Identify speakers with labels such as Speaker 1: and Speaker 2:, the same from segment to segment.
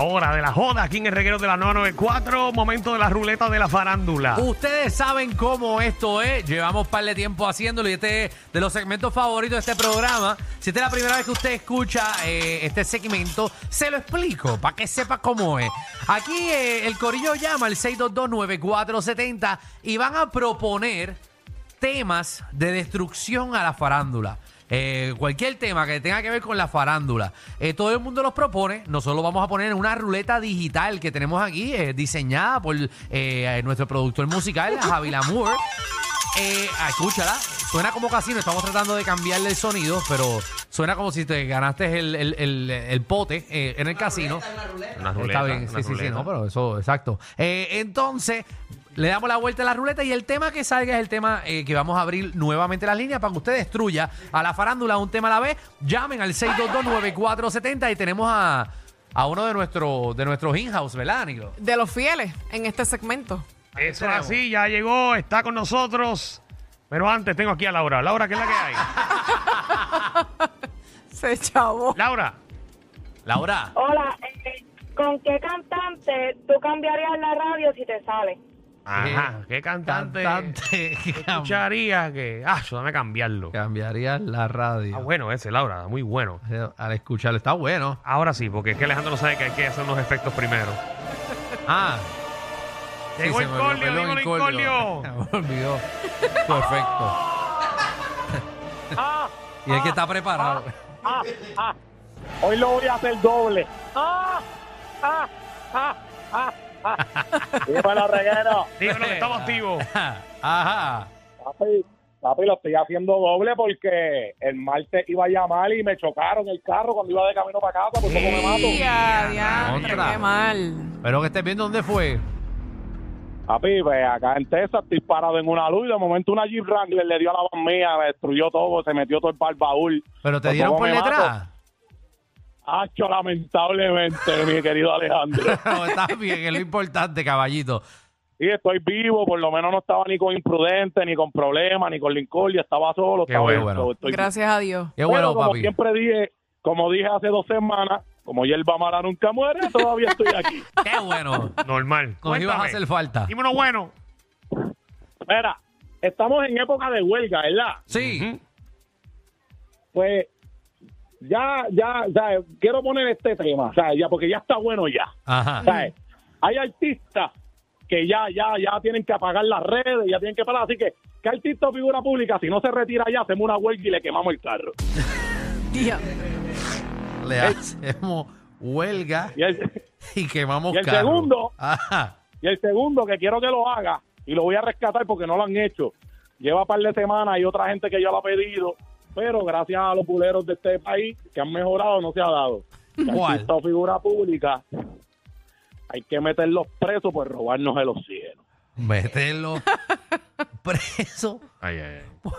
Speaker 1: hora de la joda aquí en el reguero de la 994, momento de la ruleta de la farándula.
Speaker 2: Uh, Ustedes saben cómo esto es. Llevamos par de tiempo haciéndolo y este es de los segmentos favoritos de este programa. Si esta es la primera vez que usted escucha eh, este segmento, se lo explico para que sepa cómo es. Aquí eh, el corillo llama al 6229470 y van a proponer temas de destrucción a la farándula. Eh, cualquier tema que tenga que ver con la farándula. Eh, todo el mundo los propone. Nosotros lo vamos a poner en una ruleta digital que tenemos aquí, eh, diseñada por eh, nuestro productor musical, Javi Lamour. Eh, ah, escúchala, suena como casino. Estamos tratando de cambiarle el sonido, pero suena como si te ganaste el, el- el- el pote eh, en el casino.
Speaker 1: Una
Speaker 2: Está
Speaker 1: ruleta. una
Speaker 2: bien, sí, sí, sí,
Speaker 1: ruleta.
Speaker 2: no, pero eso, exacto. Eh, entonces, le damos la vuelta a la ruleta y el tema que salga es el tema eh, que vamos a abrir nuevamente las líneas para que usted destruya a la farándula un tema a la vez. Llamen al 6229470 y tenemos a, a uno de, nuestro, de nuestros in-house, ¿verdad, Nilo?
Speaker 3: de los fieles en este segmento.
Speaker 1: Eso es
Speaker 2: Tenemos.
Speaker 1: así, ya llegó, está con nosotros. Pero antes tengo aquí a Laura. Laura, ¿qué es la que hay?
Speaker 3: Se chavo.
Speaker 1: Laura,
Speaker 2: Laura.
Speaker 4: Hola, eh, ¿con qué cantante tú cambiarías la radio si te sale?
Speaker 1: ajá, ¿qué cantante,
Speaker 2: Cantante.
Speaker 1: escucharía que... Ah, eso, dame cambiarlo.
Speaker 2: Cambiaría la
Speaker 1: Ah,
Speaker 2: radio.
Speaker 1: bueno ese, Laura, muy bueno.
Speaker 2: Al escucharlo, está bueno.
Speaker 1: Ahora sí, porque es que Alejandro sabe que hay que hacer unos efectos primero.
Speaker 2: Ah.
Speaker 1: Llegó
Speaker 2: se
Speaker 1: el
Speaker 2: me olvidó,
Speaker 1: Corlio,
Speaker 2: perdón,
Speaker 1: llegó el Corlio.
Speaker 2: Se me olvidó. Perfecto. y el que está preparado.
Speaker 5: Ah, Hoy lo voy a hacer doble. Dímelo, reguero.
Speaker 1: Díganos que estamos activos.
Speaker 2: Ajá.
Speaker 5: Papi, papi, lo estoy haciendo doble porque el martes iba a llamar y me chocaron el carro cuando iba de camino para casa, por poco me mato.
Speaker 3: Ya, ya,
Speaker 2: Contra.
Speaker 3: qué mal.
Speaker 2: Pero que estés viendo dónde fue.
Speaker 5: Papi, pues acá en Texas estoy parado en una luz y de momento una Jeep Wrangler le dio a la van mía, me destruyó todo, se metió todo el par baúl.
Speaker 2: Pero te
Speaker 5: Por
Speaker 2: dieron
Speaker 5: poco
Speaker 2: por
Speaker 5: Pues me
Speaker 2: detrás.
Speaker 5: mato. Hacho, lamentablemente, mi querido Alejandro.
Speaker 2: No, está bien, es lo importante, caballito.
Speaker 5: Y estoy vivo, por lo menos no estaba ni con imprudente, ni con problemas, ni con Lincoln, estaba solo,
Speaker 2: Qué
Speaker 5: estaba
Speaker 2: bueno.
Speaker 5: bien, so, estoy
Speaker 3: Gracias a Dios.
Speaker 2: Qué bueno,
Speaker 5: Pero como
Speaker 2: papi.
Speaker 5: siempre dije, como dije hace dos semanas, como hierba mala nunca muere, todavía estoy aquí.
Speaker 2: Qué bueno.
Speaker 1: Normal.
Speaker 2: Nos ibas a
Speaker 1: Cuéntame.
Speaker 2: hacer falta.
Speaker 1: Dime uno bueno.
Speaker 5: Mira, estamos en época de huelga, ¿verdad?
Speaker 2: Sí.
Speaker 5: Pues ya, ya, ya, quiero poner este tema, ¿sabes? Ya, porque ya está bueno ya,
Speaker 2: Ajá.
Speaker 5: ¿sabes? Hay artistas que ya, ya, ya tienen que apagar las redes, ya tienen que parar, así que, ¿qué artista o figura pública, si no se retira ya, hacemos una huelga y le quemamos el carro?
Speaker 3: Ya.
Speaker 2: Le hacemos huelga
Speaker 5: Y el,
Speaker 2: y quemamos
Speaker 5: y el
Speaker 2: carro.
Speaker 5: segundo.
Speaker 2: Ajá.
Speaker 5: Y el segundo que quiero que lo haga, y lo voy a rescatar porque no lo han hecho, lleva par de semanas y otra gente que ya lo ha pedido, pero gracias a los puleros de este país que han mejorado, no se ha dado.
Speaker 2: ¿Cuál?
Speaker 5: Esta figura pública, hay que meterlos presos por robarnos el océano.
Speaker 2: Mételo preso.
Speaker 1: Ay, ay, ay.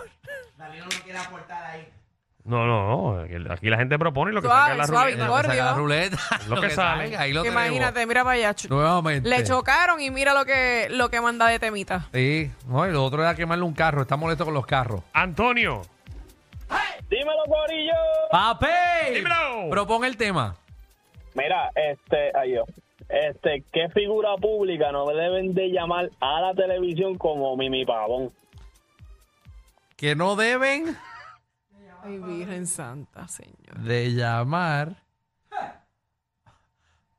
Speaker 1: No, no, no. Aquí- Aquí la gente propone y lo que
Speaker 3: Suave,
Speaker 1: saca es la
Speaker 3: suave,
Speaker 1: ruleta.
Speaker 3: Gordio.
Speaker 2: Saca la ruleta.
Speaker 1: Lo que sale.
Speaker 2: salga, ahí lo tenemos.
Speaker 3: Imagínate, mira para allá. ch-
Speaker 2: Nuevamente.
Speaker 3: Le chocaron y mira lo que, lo que manda de temita.
Speaker 2: Sí, no, y lo otro era quemarle un carro. Está molesto con los carros.
Speaker 1: Antonio.
Speaker 5: Dímelo, Corillo.
Speaker 2: ¡Papi!
Speaker 1: Dímelo.
Speaker 2: Propon el tema.
Speaker 6: Mira, este, ay Dios. este, ¿qué figura pública no deben de llamar a la televisión como Mimi Pavón?
Speaker 2: Que no deben
Speaker 3: Ay, Virgen Santa, Señor.
Speaker 2: de llamar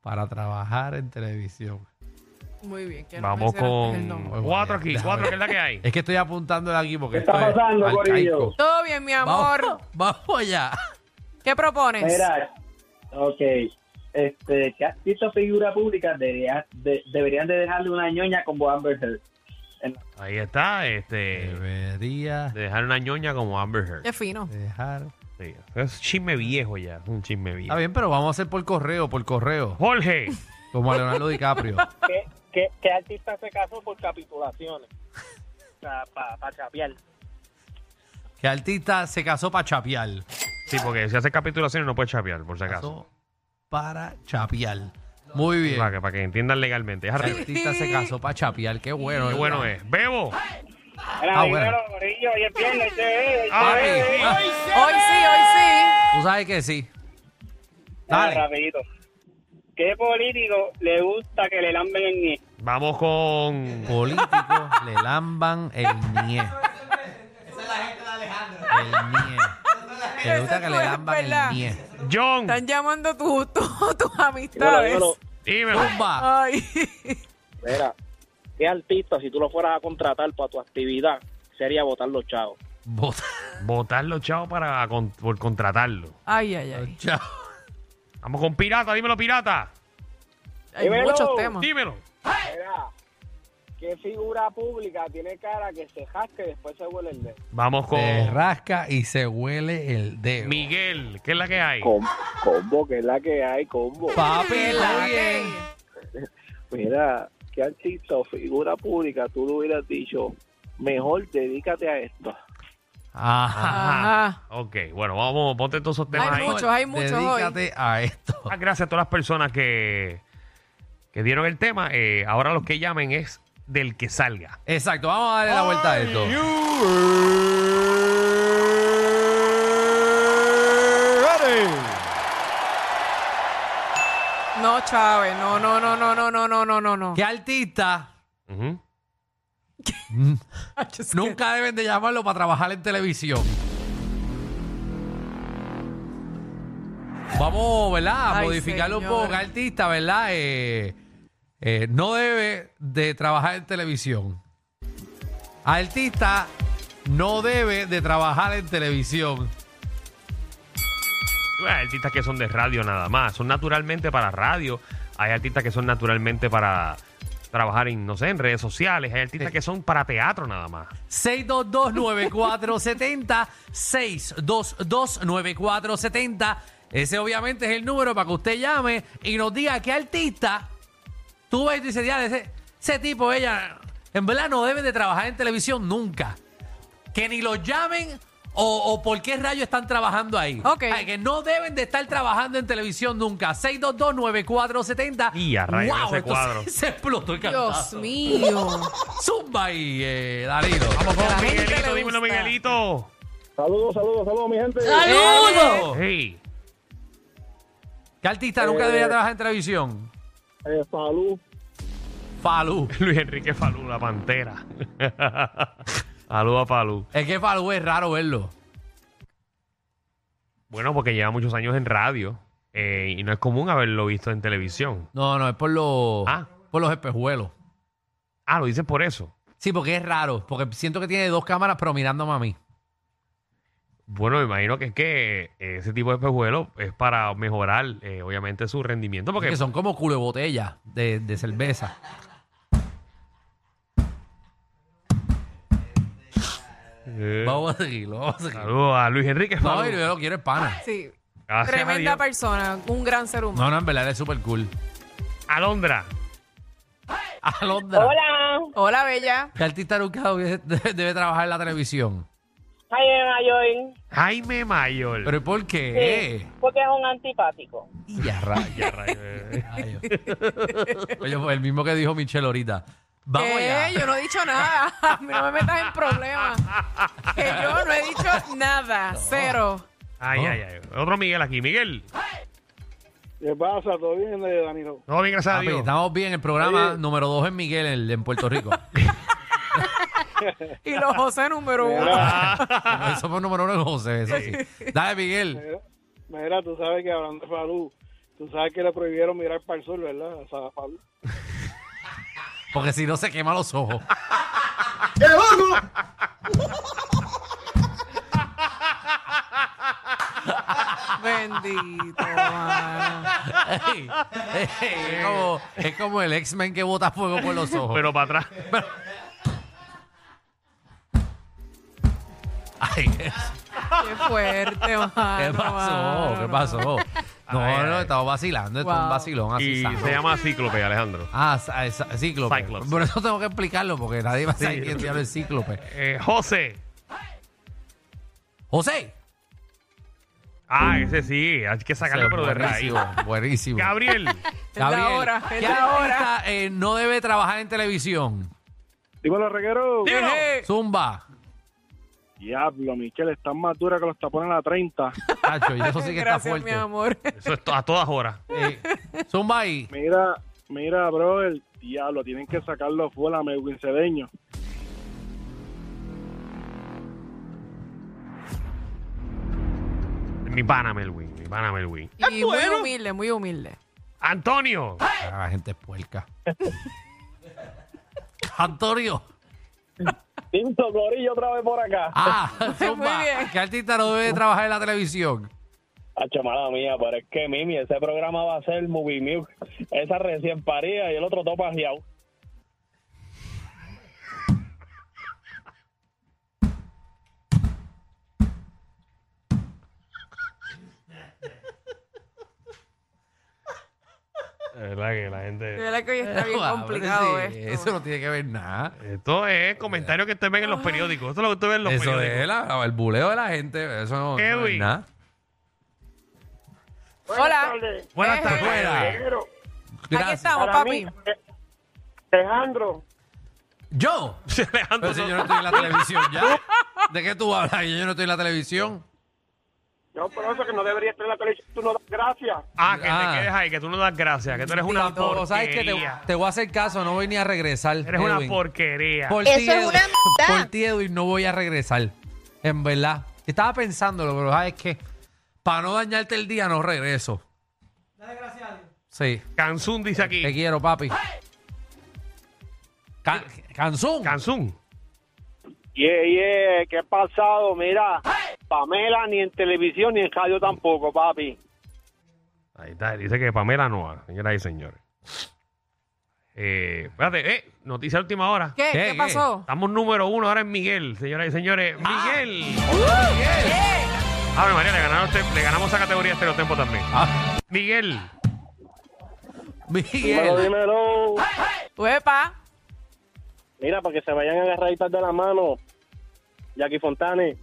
Speaker 2: para trabajar en televisión.
Speaker 3: Muy bien. que no
Speaker 1: Vamos
Speaker 3: me hicieran
Speaker 1: con
Speaker 3: el nombre.
Speaker 1: cuatro aquí,
Speaker 2: Déjame
Speaker 1: cuatro
Speaker 2: ver.
Speaker 1: que es la que hay.
Speaker 2: Es que estoy apuntándole aquí porque
Speaker 6: ¿Qué está
Speaker 2: esto es
Speaker 6: pasando,
Speaker 2: arcaico.
Speaker 6: Corillo?
Speaker 3: Todo bien, mi amor.
Speaker 2: Vamos, vamos allá.
Speaker 3: ¿Qué propones?
Speaker 6: Mira, ok, este, ¿qué artista o figura pública debería- de- deberían de dejarle una ñoña como Amber Heard?
Speaker 1: Ahí está, este.
Speaker 2: Debería
Speaker 1: de Dejar una ñoña como Amber Heard.
Speaker 3: Qué fino.
Speaker 2: dejar.
Speaker 1: Sí, Es chisme viejo ya, es un chisme viejo.
Speaker 2: Está bien, pero vamos a hacer por correo, por correo.
Speaker 1: Jorge.
Speaker 2: Como a Leonardo DiCaprio.
Speaker 6: ¿Qué, qué, qué artista se casó por capitulaciones? Para chapear.
Speaker 2: Que artista se casó para chapear.
Speaker 1: Sí, porque si hace capitulaciones no puede chapear, por si acaso.
Speaker 2: Casó para chapear. Muy bien.
Speaker 1: Para que, para que entiendan legalmente. Es
Speaker 2: El
Speaker 1: arriba.
Speaker 2: artista se casó para chapear. Qué bueno.
Speaker 1: Qué
Speaker 2: ¿verdad?
Speaker 1: bueno es. Bebo.
Speaker 2: Ah, bueno.
Speaker 6: Corillo, hoy es viernes, ¿eh?
Speaker 1: Ah, sí.
Speaker 3: Hoy sí, hoy sí.
Speaker 2: Tú sabes que sí. Dale.
Speaker 6: rapidito.
Speaker 4: ¿Qué político le gusta que le lamben el nie?
Speaker 1: Vamos con.
Speaker 2: Políticos le lamban el nie. El nie. Le gusta que le lamban
Speaker 3: ¿Verdad?
Speaker 2: el nie.
Speaker 1: John.
Speaker 3: Están llamando tu- tu- tus amistades.
Speaker 5: Dímelo, dímelo.
Speaker 1: Dímelo.
Speaker 2: Tumba.
Speaker 3: Ay.
Speaker 5: Mira, ¿qué artista, si tú lo fueras a contratar para tu actividad, sería votar los chavos?
Speaker 2: Bota.
Speaker 1: Votarlo, chao, para con- por contratarlo.
Speaker 3: Ay, ay, ay.
Speaker 2: Chao.
Speaker 1: Vamos con Pirata, dímelo, Pirata.
Speaker 3: Hay
Speaker 4: Dímelo.
Speaker 3: muchos temas.
Speaker 1: Dímelo.
Speaker 4: Mira, ¿qué figura pública tiene cara que se jasque y después se huele el dedo?
Speaker 1: Vamos con
Speaker 2: Se rasca y se huele el dedo.
Speaker 1: Miguel. ¿Qué es la que hay?
Speaker 5: combo, que es la que hay, combo.
Speaker 2: Papi, la bien.
Speaker 5: Mira, ¿qué artista o figura pública tú le hubieras dicho, mejor dedícate a esto?
Speaker 2: Ajá.
Speaker 3: Ajá.
Speaker 1: Ok, bueno, vamos, ponte todos esos temas
Speaker 3: Hay
Speaker 1: ahí.
Speaker 3: mucho. muchos, hay muchos hoy.
Speaker 2: Dedícate a esto.
Speaker 1: Muchas gracias a todas las personas que, que dieron el tema. Eh, ahora los que llamen es del que salga.
Speaker 2: Exacto, vamos a darle la vuelta a esto.
Speaker 3: No, Chávez. No, no, no, no, no, no, no, no, no, no.
Speaker 2: ¿Qué artista
Speaker 1: Ujú.
Speaker 3: Ay, es que-
Speaker 2: nunca deben de llamarlo para trabajar en televisión? Vamos, ¿verdad? A
Speaker 3: Ay,
Speaker 2: modificarlo un
Speaker 3: señor.
Speaker 2: poco. ¿Qué artista, ¿verdad? Eh, eh, no debe de trabajar en televisión. Artista no debe de trabajar en televisión.
Speaker 1: Hay artistas que son de radio nada más, son naturalmente para radio. Hay artistas que son naturalmente para trabajar en, no sé, en redes sociales. Hay artistas que son para teatro nada más.
Speaker 2: 622-9470. 622-9470. Ese obviamente es el número para que usted llame y nos diga qué artista tú ves y tú dices, "Ya, ese, ese tipo, ella, en verdad no debe de trabajar en televisión nunca. Que ni los llamen o, o por qué rayos están trabajando ahí.
Speaker 3: Ok.
Speaker 2: Ay, que no deben de estar trabajando en televisión nunca. 622-9470.
Speaker 1: Y a rayos, ese
Speaker 2: esto se-
Speaker 1: cuadro.
Speaker 2: Se, explotó el
Speaker 3: Dios
Speaker 2: cantazo.
Speaker 3: mío.
Speaker 2: Zumba ahí, eh, Danilo.
Speaker 1: Vamos
Speaker 3: la
Speaker 1: con
Speaker 3: gente le
Speaker 1: Miguelito, dímelo,
Speaker 3: gusta.
Speaker 1: Miguelito.
Speaker 5: Saludos, saludos, saludos, mi gente.
Speaker 2: Eh,
Speaker 1: Oh.
Speaker 2: ¡Saludos!
Speaker 1: Hey,
Speaker 2: ¿Qué artista nunca
Speaker 1: Eh.
Speaker 2: debería trabajar en televisión?
Speaker 5: Eh, salud.
Speaker 2: Falú.
Speaker 1: Luis Enrique Falú, la pantera. Saludos a Falú.
Speaker 2: Es que Falú es raro verlo.
Speaker 1: Bueno, porque lleva muchos años en radio eh, y no es común haberlo visto en televisión.
Speaker 2: No, no, es por los,
Speaker 1: Ah.
Speaker 2: por los espejuelos.
Speaker 1: Ah, lo dices por eso.
Speaker 2: Sí, porque es raro. Porque siento que tiene dos cámaras, pero mirándome a mí.
Speaker 1: Bueno, me imagino que es que eh, ese tipo de espejuelos es para mejorar, eh, obviamente, su rendimiento. Porque
Speaker 2: Que son como culo de botella de, de cerveza.
Speaker 1: Eh,
Speaker 2: Vamos a seguirlo, vamos a seguirlo.
Speaker 1: saludos a Luis Enrique Falú.
Speaker 2: No, yo lo quiero es pana.
Speaker 3: Sí.
Speaker 1: Gracias a
Speaker 3: Tremenda
Speaker 1: Dios.
Speaker 3: persona. Un gran ser humano.
Speaker 2: No, no, en verdad él es súper cool.
Speaker 1: Alondra.
Speaker 2: Alondra.
Speaker 4: Hola,
Speaker 3: Hola, bella.
Speaker 2: ¿Qué artista nunca debe, debe trabajar en la televisión?
Speaker 4: Jaime Mayor.
Speaker 1: Jaime Mayor.
Speaker 2: ¿Pero por qué?
Speaker 4: Porque es un antipático.
Speaker 2: Y ya rayos.
Speaker 1: Ya, rayo, eh.
Speaker 2: Rayos. Oye, pues el mismo que dijo Michelle ahorita. Vamos
Speaker 3: ¿Qué?
Speaker 2: allá.
Speaker 3: Yo no he dicho nada. A mí no me metas en problemas. Que yo no he dicho nada. Cero.
Speaker 1: Ay,
Speaker 2: No.
Speaker 1: ay, ay. Otro Miguel aquí. Miguel.
Speaker 5: ¿Qué pasa? ¿Todo bien, eh, Danilo?
Speaker 1: Todo bien, gracias a
Speaker 2: Papi,
Speaker 1: Dios.
Speaker 2: Ah, estamos bien. El programa
Speaker 5: Oye.
Speaker 2: número 2 en Miguel, en, en Puerto Rico.
Speaker 3: Y los José número uno.
Speaker 5: Mira,
Speaker 2: eso fue número uno en José, eso sí. Dale, Miguel.
Speaker 5: mira, mira, tú sabes que hablando de Falú, tú sabes que le prohibieron mirar para el sol, ¿verdad? O sea, Falú.
Speaker 2: Porque si no se quema los ojos.
Speaker 3: Bendito. mano.
Speaker 2: Ey, ey, es, como, es como el X-Men que bota fuego por los ojos.
Speaker 1: Pero para atrás.
Speaker 2: Ay, ¿qué,
Speaker 3: Qué fuerte, mano,
Speaker 2: qué pasó?
Speaker 3: mano.
Speaker 2: ¿Qué pasó? No,
Speaker 1: Ay, ay.
Speaker 2: no, estamos vacilando. Esto es un
Speaker 3: Wow.
Speaker 2: vacilón así
Speaker 1: Y
Speaker 2: sano.
Speaker 1: se llama Cíclope, Alejandro.
Speaker 2: Ah, sa- sa- cíclope.
Speaker 1: Cyclops.
Speaker 2: Por eso tengo que explicarlo, porque nadie va a saber quién diablo es cíclope.
Speaker 1: Eh, José.
Speaker 2: José.
Speaker 1: Ah, ese sí. Hay que sacarlo, pero de raíz.
Speaker 2: Mm. buenísimo, buenísimo.
Speaker 1: Gabriel.
Speaker 3: Es la hora,
Speaker 2: ¿qué
Speaker 3: es la
Speaker 2: artista, eh, no debe trabajar en televisión?
Speaker 5: Dímelo, reguero.
Speaker 1: Dímelo.
Speaker 3: Ejé.
Speaker 2: Zumba.
Speaker 5: Ya, Diablo, Michelle, estás más dura que los tapones a la 30.
Speaker 2: Tacho, y eso sí que está
Speaker 3: Gracias,
Speaker 2: fuerte.
Speaker 3: mi amor.
Speaker 1: Eso es to- a todas horas.
Speaker 2: Eh, Zumba ahí.
Speaker 5: Mira, mira, bro, el diablo, tienen que sacarlo fuera a Melvin Cedeño.
Speaker 1: Mi pana Melwin, mi pana Melwin.
Speaker 3: Y muy humilde, muy humilde.
Speaker 1: Antonio.
Speaker 2: Ah, la gente es puerca. Antonio.
Speaker 6: Tinto Corillo otra vez por acá.
Speaker 2: Ah, Zumba.
Speaker 3: Muy bien.
Speaker 2: ¿Qué artista no debe trabajar en la televisión?
Speaker 6: Ah, chamada mía, pero es que Mimi, ese programa va a ser Movie Milk. Esa recién parida y el otro topa Giao.
Speaker 1: De verdad que la
Speaker 3: De
Speaker 1: gente.
Speaker 3: verdad que hoy está bien
Speaker 2: Ah,
Speaker 3: complicado
Speaker 2: pero sí,
Speaker 3: esto.
Speaker 2: Eso no tiene que ver nada.
Speaker 1: Esto es comentario que usted ve en los periódicos. Esto es lo que usted ve en los
Speaker 2: Eso
Speaker 1: periódicos.
Speaker 2: es la- el buleo de la gente. Eso no, eso no es
Speaker 1: Edwin.
Speaker 2: nada.
Speaker 3: Hola.
Speaker 1: Buenas
Speaker 3: Eh,
Speaker 1: tardes.
Speaker 2: Fuera.
Speaker 3: Aquí
Speaker 2: Gracias.
Speaker 3: estamos, papi.
Speaker 4: Alejandro,
Speaker 2: ¿Yo?
Speaker 1: Alejandro,
Speaker 2: Pero si yo no estoy en la televisión ya. ¿De qué tú hablas? Yo no estoy en la televisión.
Speaker 4: yo por eso que no debería estar en la televisión, tú no das gracias.
Speaker 1: Ah, que
Speaker 2: Ah.
Speaker 1: te quedes ahí, que tú no das gracias, que tú eres una
Speaker 2: Tito,
Speaker 1: porquería.
Speaker 2: ¿sabes qué? Te, te voy a hacer caso, no voy ni a regresar.
Speaker 1: Eres una
Speaker 2: Edwin.
Speaker 1: porquería.
Speaker 2: Por
Speaker 7: Eso
Speaker 2: ti,
Speaker 7: es
Speaker 2: Edwin-
Speaker 7: una mierda.
Speaker 2: Por ti, Edwin, no voy a regresar. En verdad. Estaba pensándolo, pero ¿sabes qué? Para no dañarte el día, no regreso. Dale gracias
Speaker 1: Canzun dice
Speaker 2: Sí. Te
Speaker 1: aquí.
Speaker 2: quiero, papi. Ca- Canzón.
Speaker 1: Canzun.
Speaker 4: Yeah, yeah, qué pasado, mira. Pamela ni en televisión ni en radio tampoco, papi.
Speaker 1: Ahí está, dice que Pamela Noa, señoras y señores. Eh, espérate, eh, noticia de última hora.
Speaker 3: ¿Qué?
Speaker 2: ¿Qué,
Speaker 3: ¿Qué,
Speaker 2: qué?
Speaker 3: pasó?
Speaker 1: Estamos número uno ahora en Miguel, señoras y señores. Miguel. A ver, María, le, ganaron este- le ganamos esa categoría este tiempo también.
Speaker 2: Ah,
Speaker 1: Miguel,
Speaker 4: Dímelo,
Speaker 2: Miguel.
Speaker 4: dímelo.
Speaker 3: Uepa.
Speaker 4: Mira, para que se vayan agarraditas de la mano. Jackie Fontane.